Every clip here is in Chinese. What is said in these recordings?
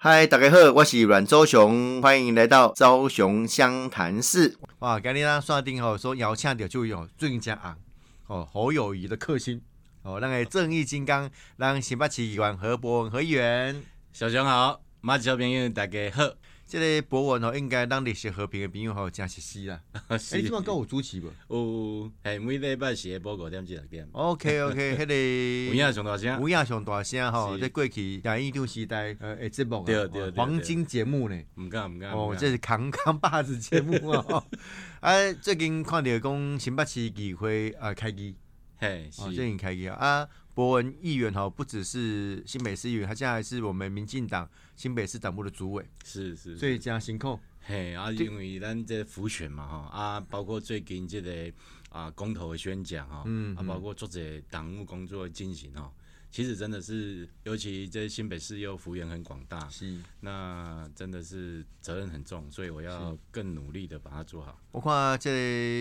嗨，大家好，我是阮周雄，欢迎来到周雄湘潭市。哇，今日咱刷顶吼说摇请着就有最近红哦，侯友谊的克星哦，咱个正义金刚，咱新北市议员何伯文何议员，小熊好，马吉小朋友大家好， 这个博文哦，应该咱历史和平的朋友吼，真实死啦。哎，即有晚够有主持无有，嘿，每礼拜是下晡五点至六点， ？OK OK，迄有个影上大声，有影上大声吼，是在过去电影张时代呃的节目啊对对对对黄金节目呢。唔敢唔敢，哦唔，敢这是扛扛把子节目哦。啊， 最近看到讲新北市议会啊开机，嘿哦，最是，近开机啊。啊，博文议员哦，不只是新北市议员，他现在还是我们民进党新北市党部的主委，是是，所以加辛苦。嘿，啊，因为咱这浮选嘛吼，啊，包括最近这个啊公投的宣讲吼，嗯啊，包括做者党务工作的进行吼，其实真的是，尤其这新北市又幅员很广大，是，那真的是责任很重，所以我要更努力的把它做好。我看这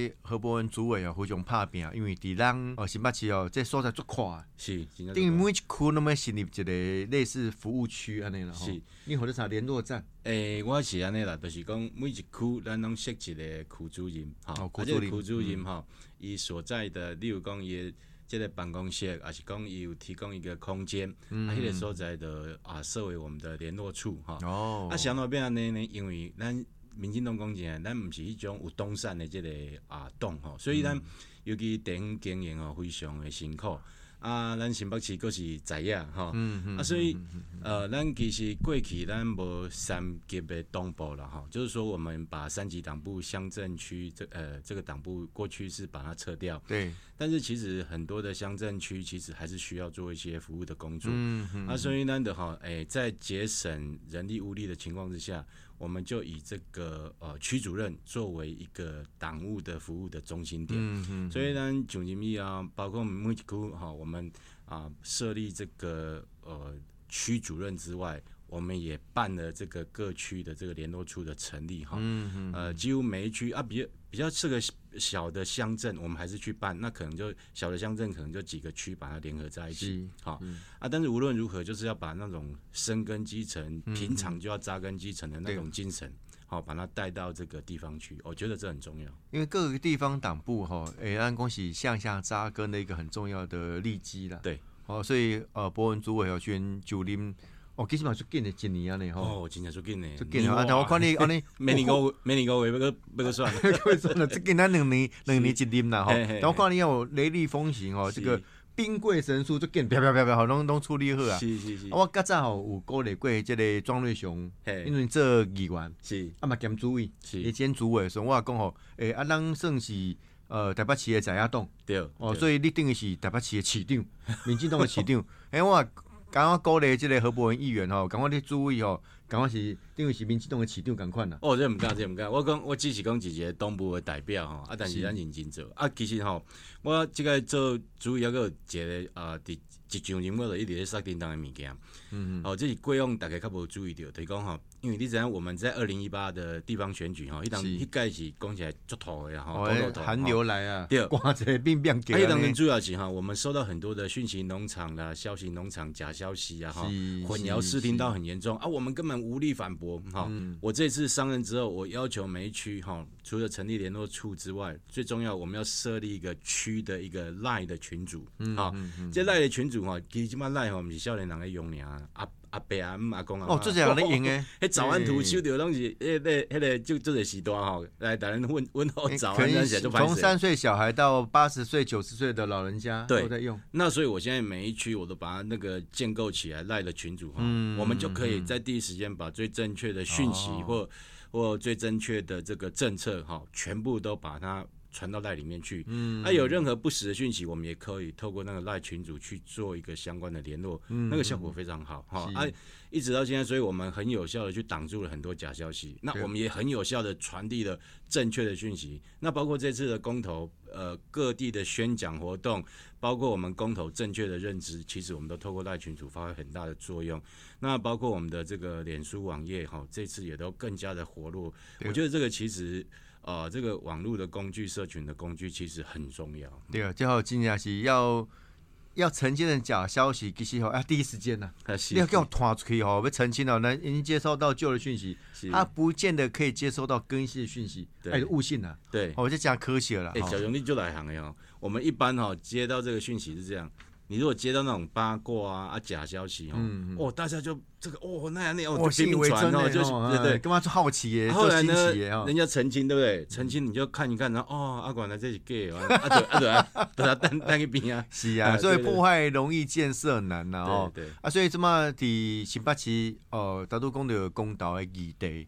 个何博文主委哦，非常拍拼，因为伫咱哦新北市哦，这所在足快，是，真的等于是每一区那么成立一个类似服务区安尼啦。吼是，你好，得啥联络站？诶、我是安尼啦，就是讲每一区咱拢设一个区主任，吼、哦区啊，这主个任区主任吼，伊、所在的，例如讲伊即个办公室，也是讲伊有提供一个空间，嗯啊，迄、个所在的啊设为我们的联络处，吼、哦啊，想到变安尼呢，因为咱民进党讲起来，咱毋是迄种有东山的即、个啊党吼，所以咱、尤其地方经营哦，非常的辛苦。啊，咱新北市阁是知影吼，啊，所以呃，咱其实过去咱无三级的党部了吼，就是说我们把三级党部、乡镇区这呃这个党部过去是把它撤掉，对，但是其实很多的乡镇区其实还是需要做一些服务的工作。嗯嗯，那啊所以呢的哈，诶、在节省人力物力的情况之下，我们就以这个呃区主任作为一个党务的服务的中心点。嗯嗯，所以呢，九零一啊，包括我们木吉库哈，我们啊设立这个呃区主任之外，我们也办了这个各区的这个联络处的成立哈。嗯嗯。呃，几乎每一区啊，比较比较是个小的乡镇，我们还是去办，那可能就小的乡镇可能就几个区把它联合在一起。是好、啊，但是无论如何，就是要把那种深根基层、嗯平常就要扎根基层的那种精神，好、把它带到这个地方去。我觉得这很重要。因为各个地方党部哈，诶、按恭喜向下扎根的一个很重要的利基啦。对，哦，所以呃，博文主委要选九零，哦，其实嘛就近的一年啊呢吼，哦，真正足紧呢，就紧啊，但我看你 ，安尼每年五每年五月要个要个算， 各位说了，这近咱两 年两年一任啦吼，嘿嘿嘿但我看你有雷厉风行哦，这是个兵贵神速就紧，啪啪啪啪，吼，拢拢处理好啊。是是是啊，，我较早吼有鼓励过即个庄瑞雄，因嘿，为这议员。是啊嘛兼主委，伊是，兼主委的时候，我也讲吼，诶、啊，咱算是呃台北市的知影党，对，哦，以所以你等于是台北市的市 长，民进党的市长。哎、我刚刚鼓励即个何伯文议员吼，赶快你注意吼，赶快是等于是民进党的市长共款啦。哦，这毋敢，这毋敢，我讲我只是讲一个东部的代表吼，啊，但是是咱认真做，啊，其实吼，我即个做主要还有一个啊，伫一上任我就一直咧杀叮当的物件，嗯，哦，这是过往大家较无注意到，就是讲吼，因为你知影我们在二零一八的地方选举吼，迄当是迄届是讲起来足土的吼，哦，土土土哎寒吼流来啊，哦对啊刮一个变变还有当安然尼主要是哈，我们收到很多的讯息农场啦、消息农场假消息啊哈是，混淆是视听到很严重啊，我们根本无力反驳哈。我这次上任之后，我要求每一区哈，除了成立联络处之外，最重要我们要设立一个区的一个赖的群组哈。这赖的群组哈，其实这嘛赖哈，不是少年人在用尔，阿阿伯阿姆阿公阿嬷，哦，做这样咧用诶迄早安图哎收到拢是迄个迄个就这个时段吼，来大家问问候哎哦早可安，能咱写就从拍摄。三岁小孩到八十岁、九十岁的老人家对都在用，那所以我现在每一区我都把它那个建构起来，赖的群主哈，我们就可以在第一时间把最正确的讯息哦或、或最正确的这个政策哈，全部都把它传到赖里面去。嗯，那、有任何不实的讯息，我们也可以透过那个赖群主去做一个相关的联络，嗯那个效果非常好哈。啊，一直到现在，所以我们很有效的去挡住了很多假消息，那对我们也很有效的传递了正确的讯息。那包括这次的公投，呃，各地的宣讲活动，包括我们公投正确的认知，其实我们都透过赖群组发挥很大的作用。那包括我们的这个脸书网页哈，这次也都更加的活络。对我觉得这个其实，呃，这个网络的工具、社群的工具其实很重要。对啊，最后真正是要要澄清的假消息，其实吼要第一时间呐、啊是你要给我传出去吼，要澄清哦，那已经接收到旧的讯息，是他不见得可以接收到更新的讯息，对哎，误信了。对，哦，我就讲科学了。哎、哦小熊弟就来行了哦。我们一般哈、哦、接到这个讯息是这样，你如果接到那种八卦啊啊假消息哦，哦大家就这个哦那样那样哦我就嗯信以拼命为传真哦，的，就是哦对哎对。干嘛做好奇耶，后做来新呢奇耶，哦嗯哈，人家澄清，对不对？澄清你就看一看，然后哦，阿管来这是 gay 啊，啊对啊对啊， 等他单单一边啊，是啊，哎所以对对破坏容易，建设难呐，哦。对对啊，所以即马伫新北市，呃，大都讲到公道的议题，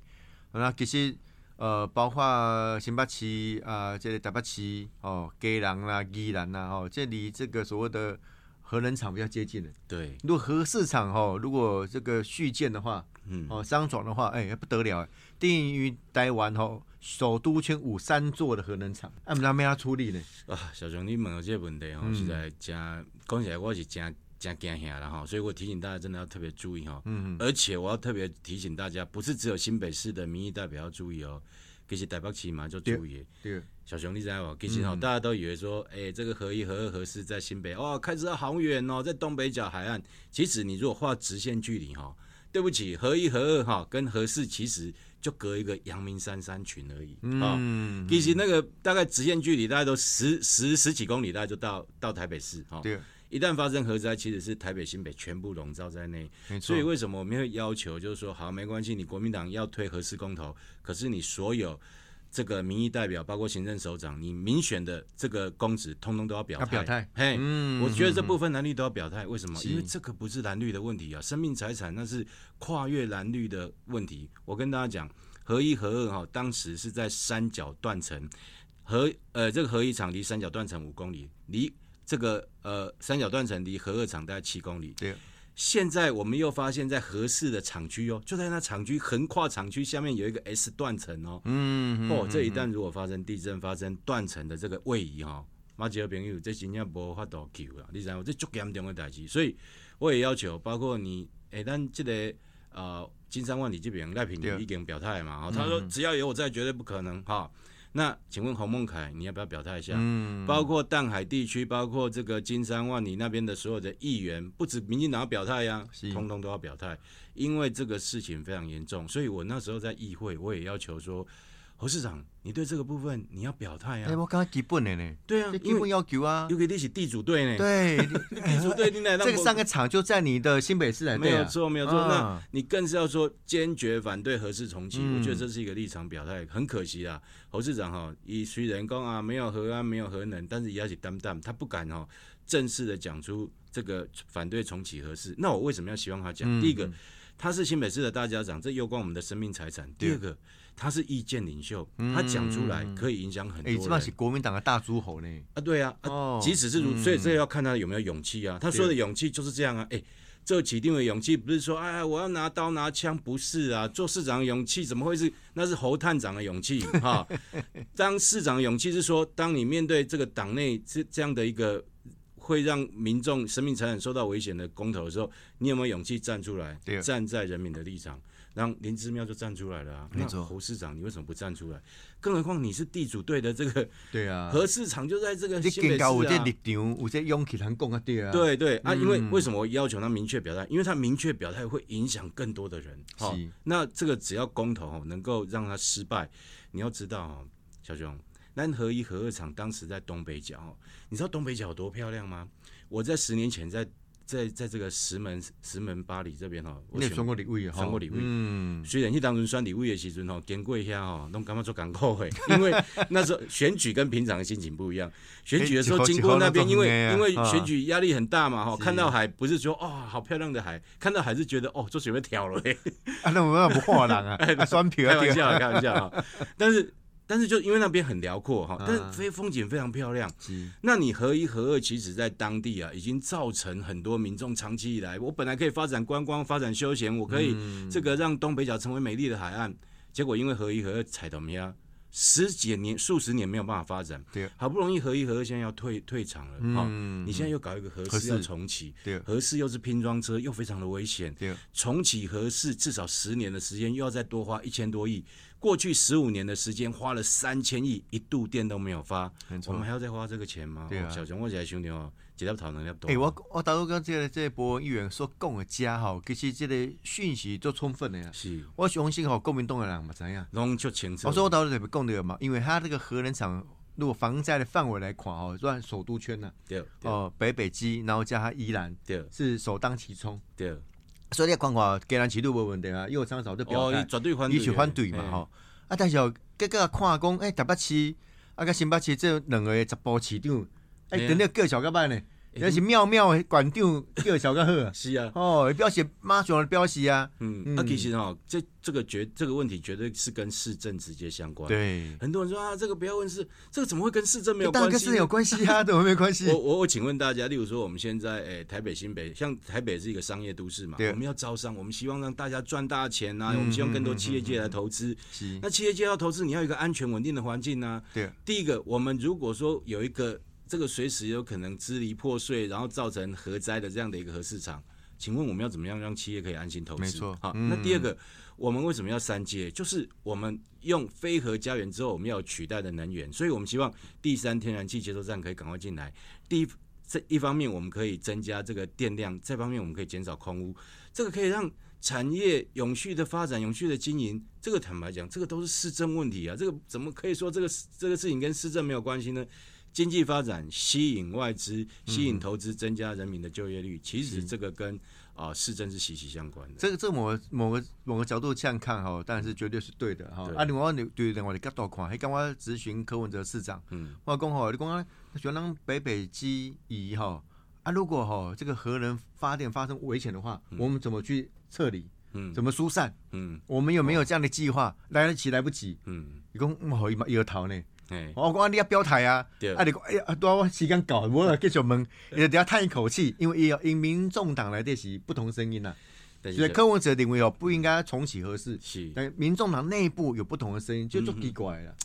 那其实呃，包括新北市啊，即、个台北市哦，基隆啦、宜兰啦，哦，这离这个所谓的核能厂比较接近的。对，如果核市场哦，如果这个续建的话，嗯，哦，商转的话，哎、不得了，定于台湾哦，首都圈五三座的核能厂，啊，毋知咩啊处理呢？啊，小熊，你问我这个问题嗯吼，实在真讲起来我是真真惊吓了哈，所以我提醒大家真的要特别注意哈。嗯而且我要特别提醒大家，不是只有新北市的民意代表要注意哦，其实台北市嘛就注意的。对，嗯小熊，你知道吗？哦其实哈，大家都以为说，哎、这个合一、合二、合四在新北哦，开始要好远哦，在东北角海岸。其实你如果画直线距离哈，对不起，合一、合二哈跟合四其实就隔一个阳明山山群而已啊。嗯，其实那个大概直线距离大概都十十十几公里，大概就到到台北市哈。对，一旦发生核灾，其实是台北新北全部笼罩在内。没错所以，为什么我们会要求，就是说，好，没关系，你国民党要推核四公投，可是你所有这个民意代表，包括行政首长，你民选的这个公职，通通都要表态。要表态嘿，嗯我觉得这部分蓝绿都要表态。为什么？是因为这个不是蓝绿的问题啊，生命财产那是跨越蓝绿的问题。我跟大家讲，核一核二哈，当时是在三角断层，核呃这个核一厂离三角断层五公里，离这个呃三角断层离核二厂大概七公里。对，现在我们又发现，在合适的厂区哦，就在那厂区横跨厂区下面有一个 S 断层哦。嗯，哦，这一旦如果发生地震、发生断层的这个位移哈、哦，马吉尔朋友这真正无法度救啦，你知道这足严重的代志，所以我也要求，包括你诶，咱这个呃金山万里这边赖品对嗯妤已经表态嘛，哦他说只要有我在，绝对不可能哈、那请问洪孟凯，你要不要表态一下？嗯，包括淡海地区，包括这个金山万里那边的所有的议员，不止民进党要表态呀、是通通都要表态，因为这个事情非常严重，所以我那时候在议会，我也要求说，侯市长，你对这个部分你要表态呀、哎、我感觉基本的呢。对啊这，基因本为要求啊。尤其你是地主队呢，对， 地主队你来让这个我三个厂就在你的新北市来没对有啊，错，没有错。啊那你更是要说坚决反对核四重启，嗯我觉得这是一个立场表态，很可惜啦。侯市长哈，以虽然讲啊没有核安，没有核能，但是也要去担当，他不敢哈正式的讲出这个反对重启核四。那我为什么要希望他讲？嗯第一个，他是新北市的大家长，这攸关我们的生命财产；对嗯第二个，他是意见领袖，他讲出来可以影响很多哎，这嘛人是。国民党的大诸侯呢。啊，对啊，啊哦即使是如，所以这要看他有没有勇气啊。他说的勇气就是这样啊，哎、这起定的勇气不是说，哎，我要拿刀拿枪，不是啊。做市长的勇气怎么会是？那是侯探长的勇气 哈。当市长的勇气是说，当你面对这个党内这这样的一个会让民众生命财产受到危险的公投的时候，你有没有勇气站出来对，站在人民的立场？然后林芝妙就站出来了啊，没那错侯市长你为什么不站出来？更何况你是地主队的这个对啊，核市场就在这个你新北更市加有这啊立。场，有这勇气通讲啊，对啊。，对对啊，因为为什么我要求他明确表态？因为他明确表态会影响更多的人。是好，那这个只要公投哦能够让他失败，你要知道哦，小熊，南合一核二厂当时在东北角哦，你知道东北角有多漂亮吗？我在十年前在在在这个石门石门巴黎这边哦，我你有选选过立委啊？哈选过立委嗯，虽然去当中选礼物的时阵吼，经过一下吼，拢感觉做艰苦的， 因为那时候选举跟平常的心情不一样。选举的哎时候经过那边，因为因为选举压力很大嘛吼，啊是看到海不是说哦好漂亮的海，看到海是觉得哦做水被挑了嘞，啊，那我们不画人 啊，啊，选票啊 开玩对啊。笑开玩笑 啊。但是但是就因为那边很辽阔哈，啊但是非风景非常漂亮。是那你合一合二，其实在当地啊，已经造成很多民众长期以来，我本来可以发展观光、发展休闲，我可以嗯这个让东北角成为美丽的海岸，结果因为合一合二踩到没啊，十几年、数十年没有办法发展，对，好不容易合一合二现在要退退场了，哈、嗯你现在又搞一个合合适适要重启，对合适又是拼装车，又非常的危险，对重启合适至少十年的时间，又要再多花一千多亿。过去十五年的时间花了三千亿，一度电都没有发没，错我们还要再花这个钱吗？对啊哦小熊，我起来兄弟哦，一粒头两粒大。诶、我我头拄讲即个即个博文议员所讲的遮吼，其实即个讯息足充分的啊。是，我相信吼，国民党的人嘛知影。拢足清楚。我说我头拄特别讲着嘛，因为他这个核能厂如果防灾的范围来看吼，算首都圈呐、对对哦、北北基，然后加他宜兰对是首当其冲，对，所以你看看给人起路无问题啊，右昌早就表哦，态伊，绝对反对伊的，是反对嘛嘿吼。啊，但是哦，结果看讲，哎诶，台北市啊，甲新北市这两个十部市长，嘿诶，啊。等了叫小甲办呢，那是妙妙的馆长叫小甲好啊 是啊，哦，表示马上表示啊，嗯，那、其实哈、这这个绝这个问题绝对是跟市政直接相关。，对，很多人说啊，这个不要问市，这个怎么会跟市政没有当然关跟系市呢？有关系 啊，怎么没关我系？我我请问大家，例如说我们现在诶、台北新北，像台北是一个商业都市嘛，对嗯我们要招商，我们希望让大家赚大钱呐、我们希望更多企业界来投资。是，那企业界要投资，你要有一个安全稳定的环境啊呐、对，第一个，我们如果说有一个这个随时有可能支离破碎，然后造成核灾的这样的一个核市场，请问我们要怎么样让企业可以安心投资？没错好，嗯那第二个，我们为什么要三阶？就是我们用非核家园之后，我们要有取代的能源，所以我们希望第三天然气接收站可以赶快进来。第一。这一方面我们可以增加这个电量，这方面我们可以减少空污，这个可以让产业永续的发展、永续的经营，这个坦白讲，这个都是市政问题啊，这个怎么可以说这个这个事情跟市政没有关系呢？经济发展、吸引外资、吸引投资、增加人民的就业率，其实这个跟啊、市政是息息相关的。这个这某个某个某个角度这样看哈，当然是绝对是对的哈。对啊，另外你对另外的角度看，迄刚我咨询柯文哲市长，嗯，我讲吼，你讲啊，像咱北北基宜哈，啊，如果吼这个核能发电发生危险的话，我们怎么去撤离？嗯怎么疏散？嗯我们有没有这样的计划？来得及来不及？嗯，你讲嗯，好伊嘛摇头呢。哎，我讲啊你要表态啊，对啊你讲哎呀，啊对啊我时间到了，我来继续问，伊就等下叹一口气，因为伊因民众党来的是不同声音呐、啊但所以是柯文哲认为哦不应该重启合适，是但民众党内部有不同的声音，嗯就就奇怪了。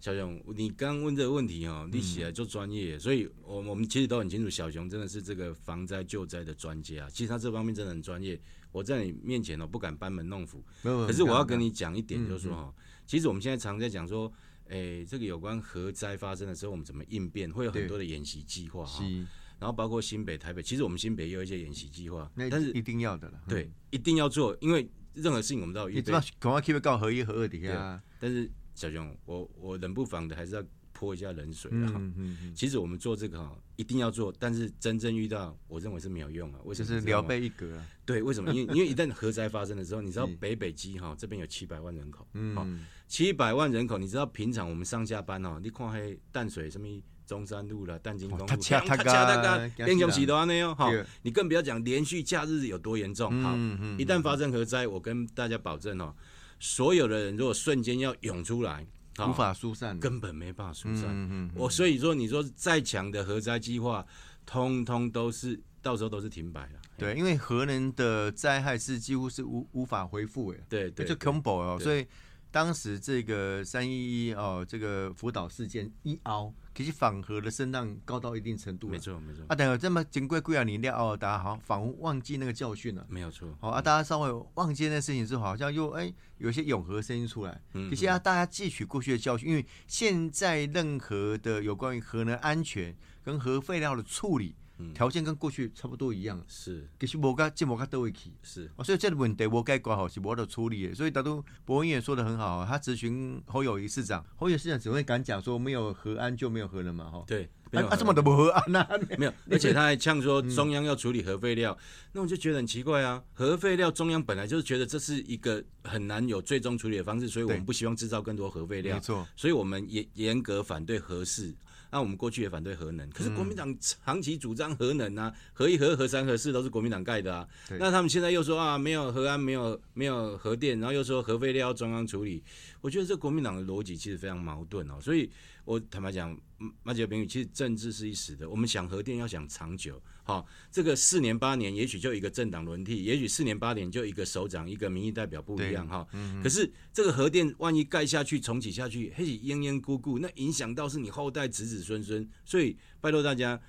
小熊，你刚刚问这个问题嗯哦，你写的就专业，所以我我们其实都很清楚，小熊真的是这个防灾救灾的专家，其实他这方面真的很专业。我在你面前哦，不敢班门弄斧，没有可是我要跟你你讲一点，嗯就是说哈，其实我们现在常在讲说，诶、这个有关核灾发生的时候，我们怎么应变，会有很对多的演习计划哈。是，然后包括新北、台北，其实我们新北也有一些演习计划，那但是一定要嗯的了。对，一定要做，因为任何事情我们都要有你预知备道。赶快 keep 到合一合二底下啊。但是小熊，我我冷不防的还是要泼一下冷水啊。嗯嗯嗯，其实我们做这个哈，一定要做，但是真正遇到，我认为是没有用啊。为什就么？是你知道聊吗备一格啊。对，为什么？因为因为一旦核灾发生的时候，你知 道是北北基哈这边有七百万人口，好嗯，七百万人口，你知道平常我们上下班哦，你看黑淡水什么中山路啦、淡金公路，哇塞塞塞塞塞塞吓连熊死人市都安尼哦，哈对，你更不要讲连续假日有多严重，哈，嗯嗯一旦发生核灾，我跟大家保证哦，所有的人如果瞬间要涌出来，哈无法疏散。根本没办法疏散。嗯嗯我所以说，你说再强的核灾计划，通通都是到时候都是停摆了。对，因为核能的灾害是几乎是无无法恢复诶，对对就 combo 哦，所以当时这个三一一哦，这个福岛事件一熬，其实反核的声浪高到一定程度没了。错没错，啊，等这么珍贵贵啊，你料哦，大家好像仿佛忘记那个教训了。没有错。好、啊，大家稍微忘记那事情之后，好像又哎、有一些永和声音出来。嗯可是啊，大家汲取过去的教训，因为现在任何的有关于核能安全跟核废料的处理嗯条件跟过去差不多一样，是可是无甲这无甲倒位去。是，哦，所以这个问题我该管好是我的处理的，所以大都博文也说的很好，他咨询侯友谊市长，侯友谊市长只会敢讲说没有核安就没有核能嘛，哈、对，没啊有啊，这么都嗯不核安呐、啊，没有，而且他还呛说中央要处理核废料，那我就觉得很奇怪啊。核废料中央本来就是觉得这是一个很难有最终处理的方式，所以我对们不希望制造更多核废料没，错，所以我们也严格反对核试。那我们过去也反对核能，可是国嗯民党长期主张核能啊，核一、核二、核三、核四都是国民党盖的啊。对那他们现在又说啊，没有核安，没有没有核电，然后又说核废料要中央处理。我觉得这国民党的逻辑其实非常矛盾哦。所以我坦白讲，嗯马姐评语，其实政治是一时的，我们想核电要想长久，好、这个四年八年，也许就一个政党轮替，也许四年八年就一个首长一个民意代表不一样哈、可是这个核电万一盖下去重启下去，嘿，烟烟咕咕，那影响到是你后代子子孙孙，所以拜托大家，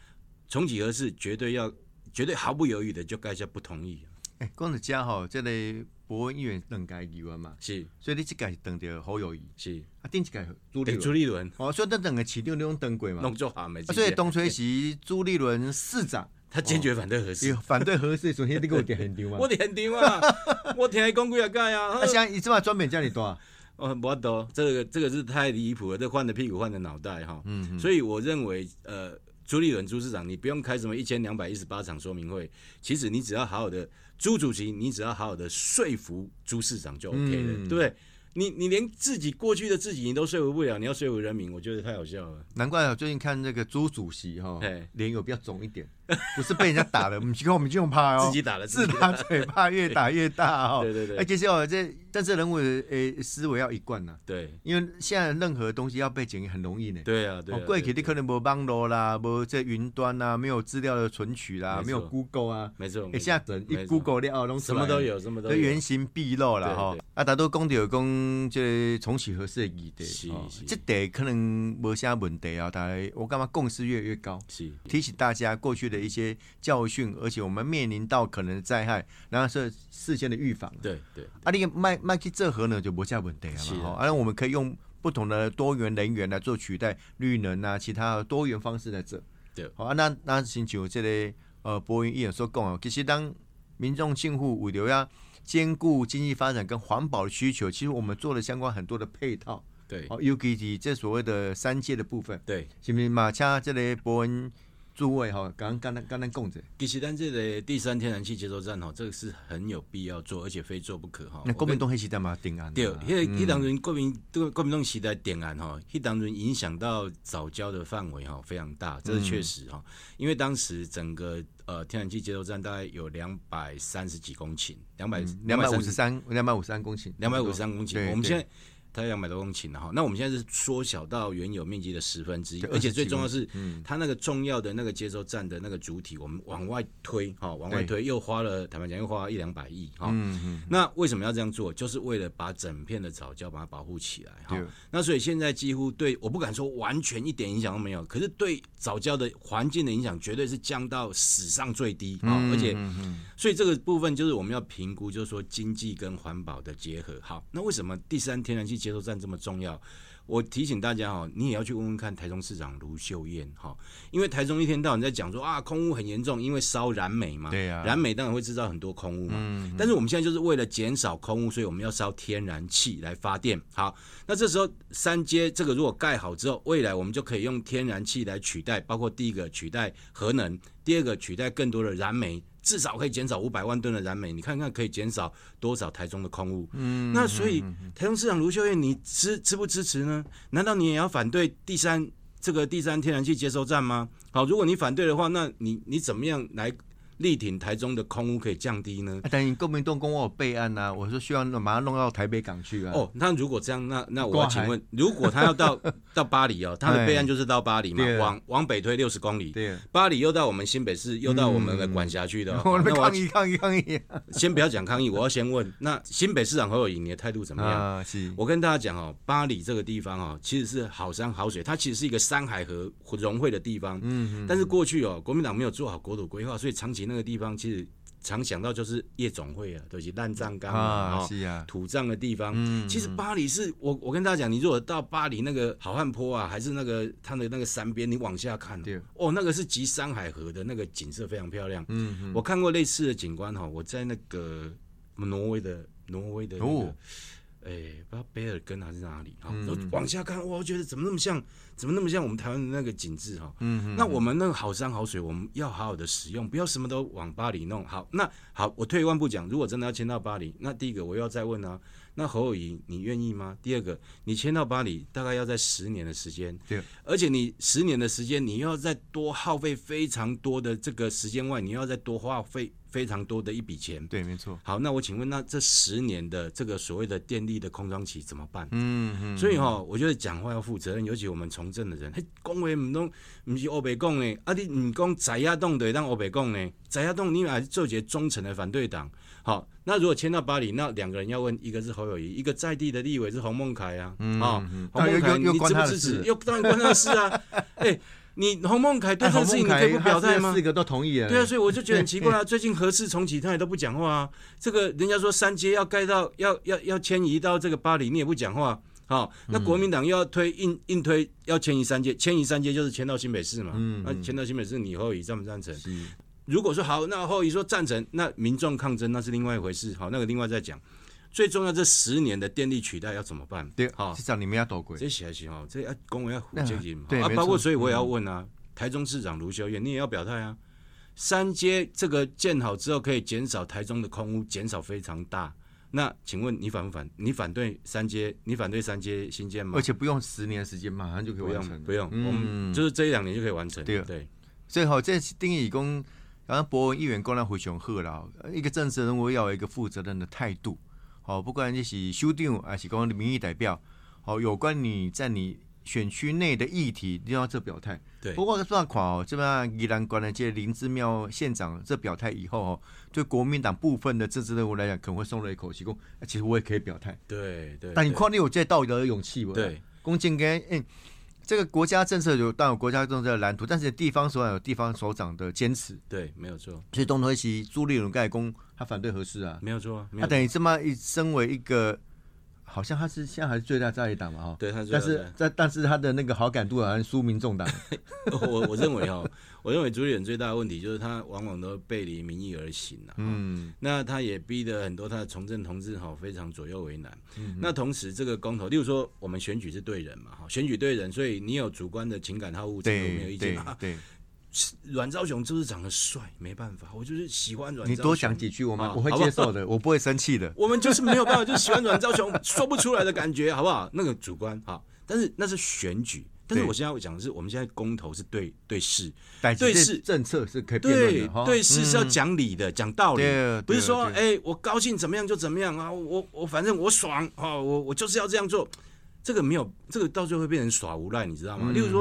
重启核是绝对要。绝对毫不犹豫的就盖下不同意，哎，光着家哈，这类伯文议员两届议员嘛，是所以你即届是当着侯友谊，是，啊，顶一届朱立对朱伦，立伦哦，所以咱两个市长你拢当过嘛，弄做好没？啊，所以东吹是朱立伦市长，他坚决反对核伊四，反对核四的时阵，迄你给我点很丢嘛 我， 连 丢啊！我听伊讲几啊届啊！啊，像伊即摆转变遮尔大，哦，不多，这个这个是太离谱了，这换的屁股换的脑袋哈。嗯，所以我认为，呃，朱立伦朱市长，你不用开什么一千两百一十八场说明会，其实你只要好好的朱主席，你只要好好的说服朱市长就 OK 了，嗯对不对？你你连自己过去的自己你都说服不了，你要说服人民，我觉得太好笑了。难怪我最近看那个朱主席哈嘿，脸有比较肿一点，不是被人家打 的，不是看我们这种怕哦，自己打了自己打嘴巴越打越大哦。 对对对哎，其实哦，这政治人物的诶思维要一贯呐，对因为现在任何东西要被检验很容易呢。对啊，对哦啊，，过去对你可能无网络啦，无这云端啦，没有资料的存取啦，没错没有 Google 啊，没错，没哎，错现在整一没错 Google 料拢什么都，有，什么都这有，原形毕露啦对吼对。啊，大都讲到讲这重启合适的议题，是哦是这题可能无啥问题啊，但我感觉共识越来越高。是提醒大家过去的一些教训，而且我们面临到可能的灾害，然后是事先的预防。对对啊，你卖卖去这盒呢就不下问题了是嘛，啊吼，啊，那我们可以用不同的多元能源来做取代绿能啊，其他的多元方式来做。对好啊，那那亲像这个呃，博云议员所讲哦，其实当民众进户为了要兼顾经济发展跟环保的需求，其实我们做了相关很多的配套，对哦，尤其是这所谓的三界的部分，对。是不是嘛？请这个博文诸位吼，刚刚刚刚咱讲者，其实咱这个第三天然气接收站吼，这个是很有必要做，而且非做不可哈。那我国跟民党迄时代嘛定案对，的迄啊、个迄当阵国民国民党时代点案吼，迄当阵影响到早教的范围吼非常大，这是嗯确实哈、因为当时整个呃天然气接收站大概有两百三十几公顷，两百嗯两百五十三两百五十三公顷，两百五十三公对顷，我们对现在它两百多公顷了哈。那我们现在是缩小到原有面积的十分之一，对而且最20几公顷嗯重要是，它那个重要的那个接收站的那个主体，我们往外推哈，往外推又花了，坦白讲又花了一两百亿哈。嗯那为什么要这样做？就是为了把整片的早教把它保护起来哈对。那所以现在几乎对，我不敢说完全一点影响都没有，可是对早教的环境的影响绝对是降到史上最低啊、嗯而且。所以这个部分就是我们要评估，就是说经济跟环保的结合。好，那为什么第三天然气接收站这么重要？我提醒大家哦，你也要去问问看台中市长卢秀燕哈，因为台中一天到晚在讲说啊，空污很严重，因为烧燃煤嘛，对啊燃煤当然会制造很多空污嘛，但是我们现在就是为了减少空污，所以我们要烧天然气来发电。好，那这时候三阶这个如果盖好之后，未来我们就可以用天然气来取代，包括第一个取代核能，第二个取代更多的燃煤，至少可以减少五百万吨的燃煤。你看看可以减少多少台中的空污？嗯，那所以台中市长卢秀燕，你支支不支持呢？难道你也要反对第三这个第三天然气接收站吗？好，如果你反对的话，那你你怎么样来力挺台中的空污可以降低呢？啊但是国民党跟我有备案呐、啊，我说希望马上弄到台北港去啊。哦，那如果这样，那那我挂要海请问，如果他要到到巴黎哦，他的备案就是到巴黎嘛对，往往北推六十公里，对，巴黎又到我们新北市，又到我们的管辖区的哦。 嗯我们那抗我要议抗议抗议先不要讲抗议，我要先问，那新北市长侯友宜，你的态度怎么样？ 啊，是我跟大家讲哦，巴黎这个地方哦，其实是好山好水，它其实是一个山海河融汇的地方。嗯但是过去哦，国民党没有做好国土规划，所以长期那个地方其实常想到就是夜总会啊，都、就是烂葬岗啊，啊，哦是啊，土葬的地方。其实巴黎是我我跟大家讲，你如果到巴黎那个好汉坡啊，还是那个它的那个山边，你往下看对哦，哦那个是集山海河的那个景色非常漂亮。嗯，我看过类似的景观哈、哦，我在那个挪威的挪威的那个。哦哎、不知道贝尔根还是哪里哈，我往下看，哇，我觉得怎么那么像，怎么那么像我们台湾的那个景致哈。嗯那我们那个好山好水，我们要好好的使用，不要什么都往巴黎弄。好，那好，我退一万步讲，如果真的要迁到巴黎，那第一个我又要再问啊，那侯友谊你愿意吗？第二个，你迁到巴黎大概要在十年的时间，对，而且你十年的时间，你又要再多耗费非常多的这个时间外，你又要再多花费非常多的一笔钱。对，没错，好，那我请问，那这十年的这个所谓的电力的空窗期怎么办？嗯嗯，所以哈、我觉得讲话要负责任，尤其我们从政的人，嘿，讲话唔拢，唔是欧北讲的，啊，你唔讲在亚洞的，让欧北讲呢，在亚洞你还是做一个忠诚的反对党。好，那如果迁到巴黎，那两个人要问，一个是侯友谊，一个在地的立委是洪孟凯啊，啊、哦，洪那又孟凯嗯又又你关支他不的支事持？又当然关他的事啊，哎、 你洪孟凯对哎这洪个事孟情你可以凯不他表态是吗四？个都同意了，对啊，所以我就觉得很奇怪啊。最近核四重启他也都不讲话啊。这个人家说三阶要盖到要要要迁移到这个巴黎，你也不讲话。好、嗯那国民党又要推硬硬推要迁移三阶，迁移三阶就是迁到新北市嘛。嗯那迁到新北市，你后移赞不赞成？是如果说好，那后移说赞成，那民众抗争那是另外一回事。好，那个另外再讲。最重要这十年的电力取代要怎么办？对，好、市长你们要躲鬼，这写是哦，这要公文要虎那接近嘛，对啊，没包括错嗯所以我也要问啊，台中市长卢修燕，你也要表态啊。三阶这个建好之后，可以减少台中的空屋，减少非常大。那请问你反不反？你反对三阶？你反对三阶新建吗而？且不用十年时间，马上就可以不完用成，嗯不用，我们就是这一两年就可以完成。对啊对，所以吼，这是定义讲，然后博文议员讲咱非常好啦，一个政治人物要有一个负责任的态度，好、不管你是首长还是讲民意代表，好、有关你在你选区内的议题，一定要这表态。对不过算款哦，这边宜兰关的这林之妙县长这表态以后哦，对国民党部分的政治人物来讲，可能会松了一口气，讲啊其实我也可以表态，对对。但你对看你有这道德的勇气不？对龚建跟嗯，这个国家政策有当有国家政策的蓝图，但是地方首长有地方首长的坚持，对，没有错，所以东投席朱立伦盖公他反对合适啊，没有错啊，没他有等于这么一身为一个，好像他是现在还是最大在野党嘛哈，对，他啊但这样是但但是他的那个好感度好像输民众党， 我我认为哦，我认为朱立伦最大的问题就是他往往都背离民意而行啊。嗯，那他也逼得很多他的从政同志哈非常左右为难。嗯那同时这个公投，例如说我们选举是对人嘛，哈，选举对人，所以你有主观的情感好恶，这个我没有对意见对啊嘛。对，阮昭雄就是长得帅，没办法，我就是喜欢阮。你多讲几，句我们好我会哦好不好接受的，我不会生气的，我们就是没有办法，就是喜欢阮昭雄，说不出来的感觉，好不好？那个主观哈，但是那是选举。但是对我现在要讲的是，我们现在公投是对对事，但对这是政策是可以辩论对的哈，对事是要嗯讲理的，讲道理的。对，不对是说对哎、我高兴怎么样就怎么样啊，我我反正我爽哦，我我就是要这样做，这个没有，这个到最后会变成耍无赖，你知道吗？嗯例如说，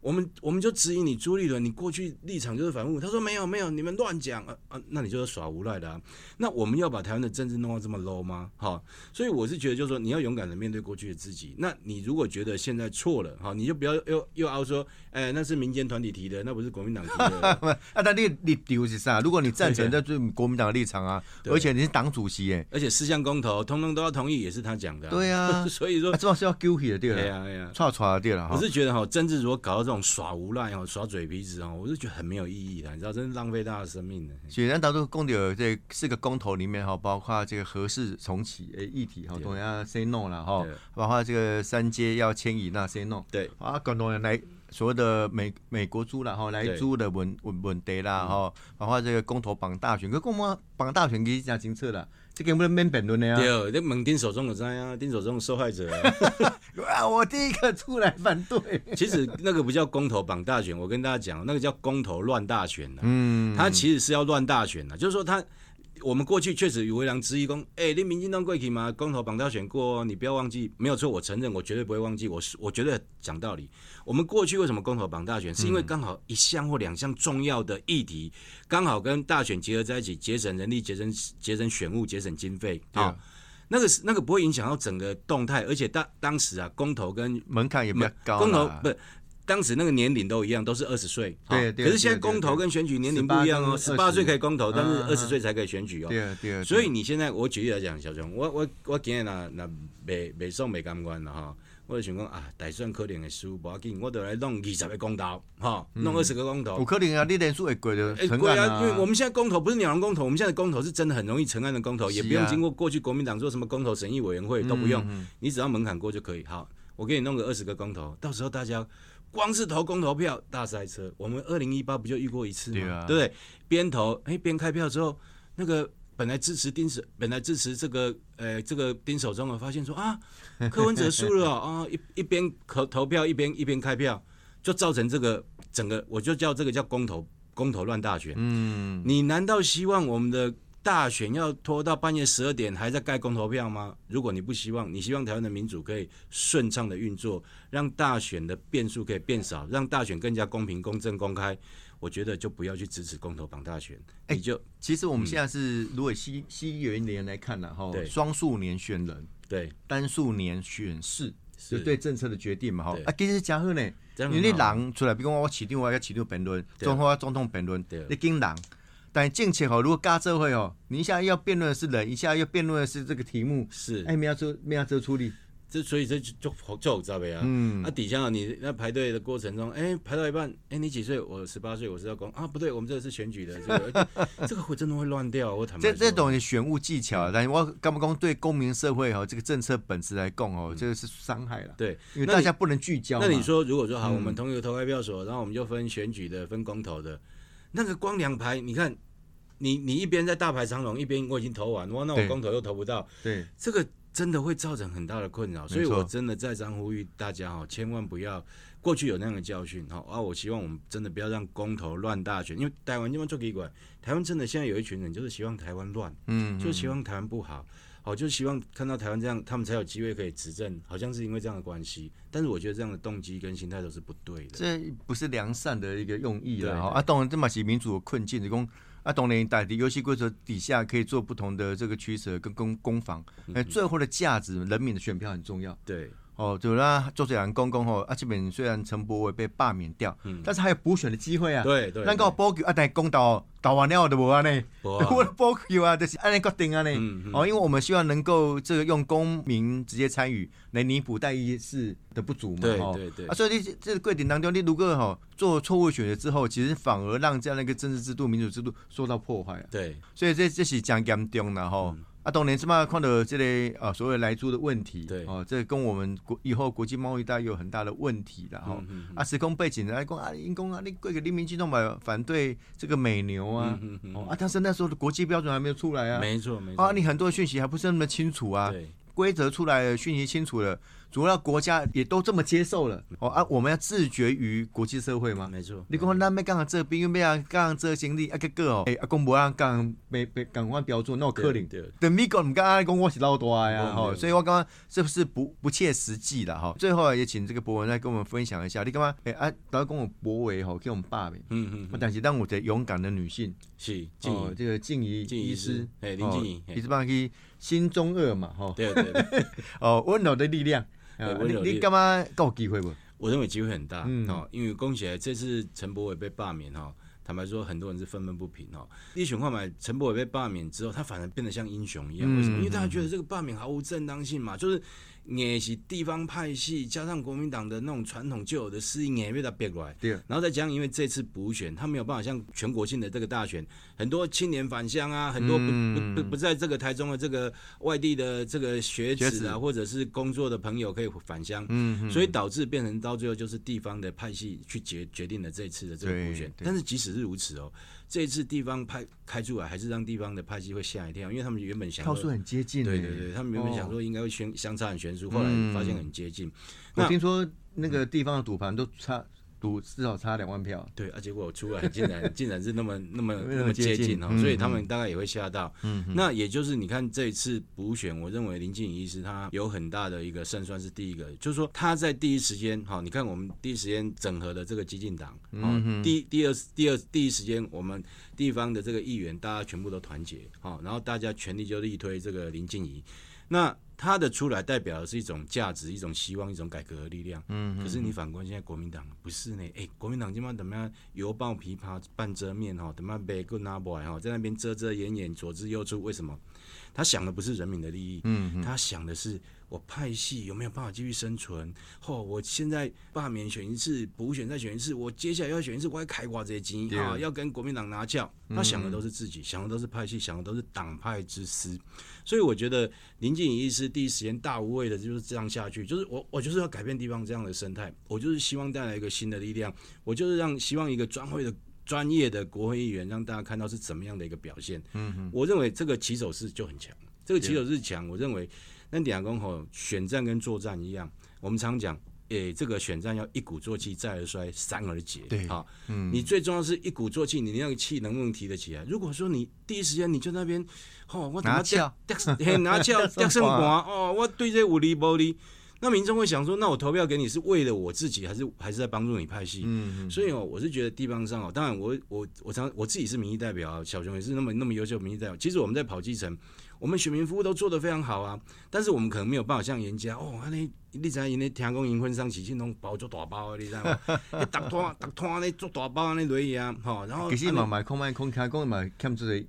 我们我们就质疑你朱立伦，你过去立场就是反复，他说没有没有，你们乱讲啊啊，那你就是耍无赖的、啊。那我们要把台湾的政治弄到这么 low 吗？好、所以我是觉得就是说你要勇敢的面对过去的自己。那你如果觉得现在错了，好、你就不要又又凹说，哎、那是民间团体提的，那不是国民党提的。啊，但你立丢是啥？如果你赞成，对这就是国民党的立场啊，对而且你是党主席耶，而且四项公投，通通都要同意，也是他讲的、对啊 所以说啊，，这种是要丢起的 对啊哎了，呀哎呀，串串的对了我哈。是觉得哈，政治如果搞到这种耍无赖哦、耍嘴皮子哦，我是觉得很没有意义的，你知道，真是浪费大家的生命的。显然当中公有这四个公投里面哈，包括这个合适重启诶议题哈，对同样 say no 了哈对，包括这个三阶要迁移那 say no 对啊，广东人来所谓的美美国猪啦哈，来对猪的问问问题啦哈，包括这个公投绑大选，可公投绑大选其实讲清楚啦，这根本就免辩论的呀。对，那猛丁手中有灾啊，丁手中的受害者、啊。啊，我第一个出来反对。其实那个不叫公投绑大选，我跟大家讲，那个叫公投乱大选啊的、嗯，他其实是要乱大选的、就是说他。我们过去确实有为良知一公，哎、你民进党过去嘛，公投绑大选过哦，你不要忘记，没有错，我承认，我绝对不会忘记，我是我绝对讲道理。我们过去为什么公投绑大嗯选，是因为刚好一项或两项重要的议题，刚好跟大选结合在一起，节省人力、节省节省选务、节省经费对啊啊、那个是那个不会影响到整个动态，而且当当时啊，公投跟门槛也比较高啦，公投不是当时那个年龄都一样，都是二十岁。对好对可是现在对对公投对跟选举年龄不一样哦，十18八跟岁可以公投，但是嗯嗯二十岁才可以选举哦。对啊对啊，所以你现在，我举例来讲，小熊，我我我今日那那未未爽未甘愿了哈，我就想讲啊，大选可能会输，无要紧，我就来弄二十个公投，哈，嗯弄二十个公五投。克林啊，你连数也贵的哎，成对案啊，因为我们现在公投不是鸟笼公投，我们现在的公投是真的很容易成案的公投，也是不用啊经过过去国民党做什么公投审议委员会都不用，嗯你只要门槛过就可以。好，我给你弄个二十个公投，到时候大家光是投公投票大塞车。我们二零一八不就遇过一次吗？对啊对不对？边投哎边开票之后，那个本来支持丁守，本来支持这个呃这个丁守中的，发现说啊柯文哲输了哦啊、 一一边投投票一边一边开票，就造成这个整个我就叫这个叫公投公投乱大选。嗯，你难道希望我们的大选要拖到半夜十二点还在盖公投票吗？如果你不希望，你希望台湾的民主可以顺畅的运作，让大选的变数可以变少，让大选更加公平、公正、公开，我觉得就不要去支持公投绑大选，哎你就其实我们现在是如果西西元年来看了哈，对双数年选人，对单数年选市，就对政策的决定嘛吼对。啊，其实真好呢，这样因为很你好人出来，比如讲我市长我跟市长辩论，对总统我跟总统辩论对，你跟人。但政策吼，如果加这会哦，你一下要辩论的是人，一下要辩论的是这个题目，是，哎，没要做没要做处理，这所以这就就就就有差别啊。嗯啊，底下你那排队的过程中，哎、排到一半，哎、你几岁？我十八岁，我是要公啊，不对，我们这个是选举的，这个哎这个会真的会乱掉，我坦白这说 这种是选务技巧嗯啊，但是我敢不讲对公民社会哦吼，这个政策本质来讲哦，这个是伤害了，嗯对，因为那大你家不能聚焦嘛。嗯那你说，如果说好，我们同一个投开票所，然后我们就分选举的，分公投的，那个光两排，你看，你你一边在大排长龙，一边我已经投完，哇，那对我公投又投不到，对，这个真的会造成很大的困扰，所以没错我真的再三呼吁大家哦，千万不要过去有那样的教训哈、哦、啊！我希望我们真的不要让公投乱大选，因为台湾地方做给管，台湾真的现在有一群人就是希望台湾乱，嗯，就是希望台湾不好，好、就是希望看到台湾这样，他们才有机会可以执政，好像是因为这样的关系，但是我觉得这样的动机跟心态都是不对的。这不是良善的一个用意对了哈。对啊，当然这嘛是民主的困境，就讲啊，当然在游戏规则底下可以做不同的这个取舍跟攻攻防，嗯哎，最后的价值，人民的选票很重要。对，哦，就那作者人公公吼，啊，这边虽然陈柏伟被罢免掉，但是还有补选的机会啊。嗯对对，咱搞补救啊，但公道道完了就无安尼，对 啊我的补救啊，就是安尼决定安尼。嗯嗯哦，因为我们希望能够这个用公民直接参与来弥补代议士的不足嘛，对哦对对啊，所以你这个过程当中，你如果吼、做错误选择之后，其实反而让这样的一个政治制度、民主制度受到破坏啊，对所以这这是讲严重了吼。嗯啊，当年这么看到这类、啊所谓来租的问题，对哦，这跟我们国以后国际贸易带有很大的问题的哈、嗯啊，时空背景来讲啊，因公啊，你贵给黎明基动反反对这个美牛啊，嗯嗯哦啊，但是那时候的国际标准还没有出来啊，没错没错，啊，你很多讯息还不是那么清楚啊，对规则出来了，讯息清楚了，主要国家也都这么接受了，嗯哦啊，我们要自觉于国际社会嘛。没错，你讲咱要讲这边，又要讲这行李，啊个个哦，哎，啊，讲无让讲没没赶快标准，那有可能。对。对等美国唔敢讲我是老大呀，对吼，对啊所以我刚刚这不是不不切实际的哈。最后啊也请这个博文再跟我们分享一下，你干嘛？哎、啊，老跟我博维吼，给我们罢免，嗯嗯，嗯但是让我的勇敢的女性，是静哦怡，，这个静怡静怡医医师师，嘿林静怡哦嘿一直帮去新中二嘛，吼，对对对，哦，温柔的力量，对啊温柔你力你干嘛够机会不？我认为机会很大、嗯哦，因为恭喜这次陈柏伟被罢免哦，坦白说很多人是愤愤不平哦。一选换买陈柏伟被罢免之后，他反而变得像英雄一嗯样，为什么？因为大家觉得这个罢免毫无正当性嘛，就是也是地方派系加上国民党的那种传统旧有的势力也被他逼过来。对然后再加上因为这次补选，他没有办法像全国性的这个大选，很多青年返乡啊，很多不、嗯不不不在这个台中的这个外地的这个学学子子啊，或者是工作的朋友可以返乡，嗯，所以导致变成到最后就是地方的派系去决决定了这次的这个对补选。对但是即使是如此哦，这一次地方派开出来，还是让地方的派系会吓一跳，因为他们原本想票说数很接近呢、对对对，他们原本想哦，嗯说应该会相相差很悬殊，后来发现很接近。我那嗯听说那个地方的赌盘都差赌至少差两万票，对啊，结果出来竟然竟然是那么那么那么那么接接近近哦，嗯所以他们大概也会吓到。那也就是你看这一次补选，我认为林静怡医师他有很大的一个胜算是第一个，就是说他在第一时间哈、哦，你看我们第一时间整合了这个激进党，哦，第第二第二第一时间我们地方的这个议员大家全部都团结，好、然后大家全力就力推这个林静怡。那他的出来代表的是一种价值、一种希望、一种改革的力量。嗯，可是你反观现在国民党不是呢？哎、国民党今晚怎么样？犹抱琵琶半遮面哈，怎么样背个拿 boy 哈，在那边遮遮掩掩，左支右绌，为什么？他想的不是人民的利益，嗯，他想的是我派系有没有办法继续生存？哦，我现在罢免选一次，补选再选一次，我接下来要选一次，我还开挂这些金对啊，要跟国民党拿教。他想的都是自己，想的都是派系，想的都是党派之私。所以我觉得林静怡医师第一时间大无畏的就是这样下去，就是我我就是要改变地方这样的生态，我就是希望带来一个新的力量，我就是让希望一个专会的。专业的国会议员让大家看到是怎么样的一个表现。嗯，我认为这个起手式就很强，这个起手式强，我认为那两公吼选战跟作战一样，我们常讲，诶、这个选战要一鼓作气，再而衰，三而竭。对好、你最重要是一鼓作气，你那个气能不能提得起来？如果说你第一时间你就那边，哦，我怎么拿翘 掉，嘿拿翘掉剩盘哦，我对这五厘玻璃，那民众会想说，那我投票给你是为了我自己，还是还是在帮助你派系？嗯所以哦，我是觉得地方上哦，当然我我我常我自己是民意代表啊，小熊也是那么那么优秀的民意代表。其实我们在跑基层，我们选民服务都做得非常好啊，但是我们可能没有办法像人家哦，安尼你知影因咧听讲因婚丧喜庆拢包做大包啊，你知无？ 迄搭摊搭摊咧做大包安尼落去啊，吼，然后其实安尼嘛买空卖空，开工嘛欠这个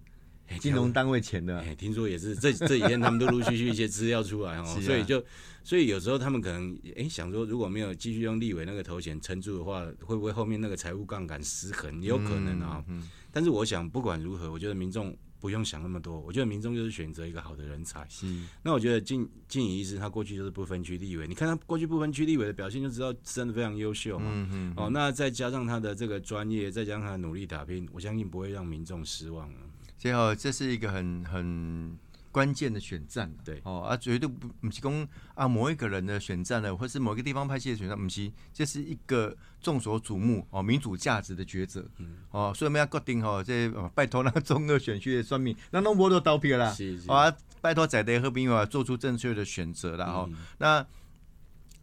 嘿金融单位钱的啊 哎、，听说也是这这几天他们都陆续续一些资料出来哦， 是啊所以就所以有时候他们可能哎、想说，如果没有继续用立委那个头衔撑住的话，会不会后面那个财务杠杆失衡？也有可能啊、嗯 但是我想，不管如何，我觉得民众不用想那么多，我觉得民众就是选择一个好的人才。是那我觉得静静怡医师他过去就是不分区立委，你看他过去不分区立委的表现就知道真的非常优秀嘛。嗯哦，那再加上他的这个专业，再加上他的努力打拼，我相信不会让民众失望啊。最后这是一个很很关键的选战啊、对哦啊，绝对不不是讲啊某一个人的选战呢，或是某一个地方派系的选战，不是，这是一个众所瞩目哦民主价值的抉择，嗯哦，所以我们要决定哦，这哦拜托那个中二选区的选民，那弄波都投票啦，是是哦啊，拜托在地和平友啊做出正确的选择嗯啦哦，那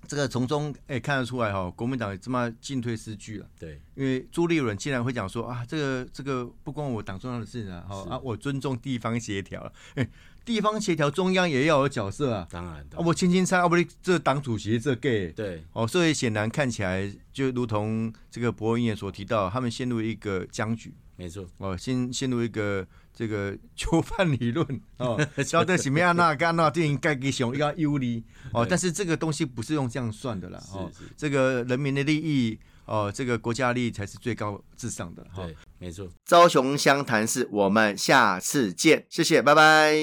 这个从中哎、看得出来哦，国民党这么进退失据了。对，因为朱立伦竟然会讲说啊，这个这个不关我党中央的事情啊，好是啊，我尊重地方协调 了、哎地方协调中央也要有角色啊，当然的。啊，我轻轻猜，啊，不是这党主席这 gay，对，哦，所以显然看起来就如同这个博文也所提到，他们陷入一个僵局，没错，哦，陷陷入一个这个 囚犯理论 哦，晓得什么样那干那电影该给熊要有理哦，对但是这个东西不是用这样算的啦哦是是，这个人民的利益哦，这个国家利益才是最高至上的哈。对，没错。朝雄湘潭市，我们下次见，谢谢，拜拜。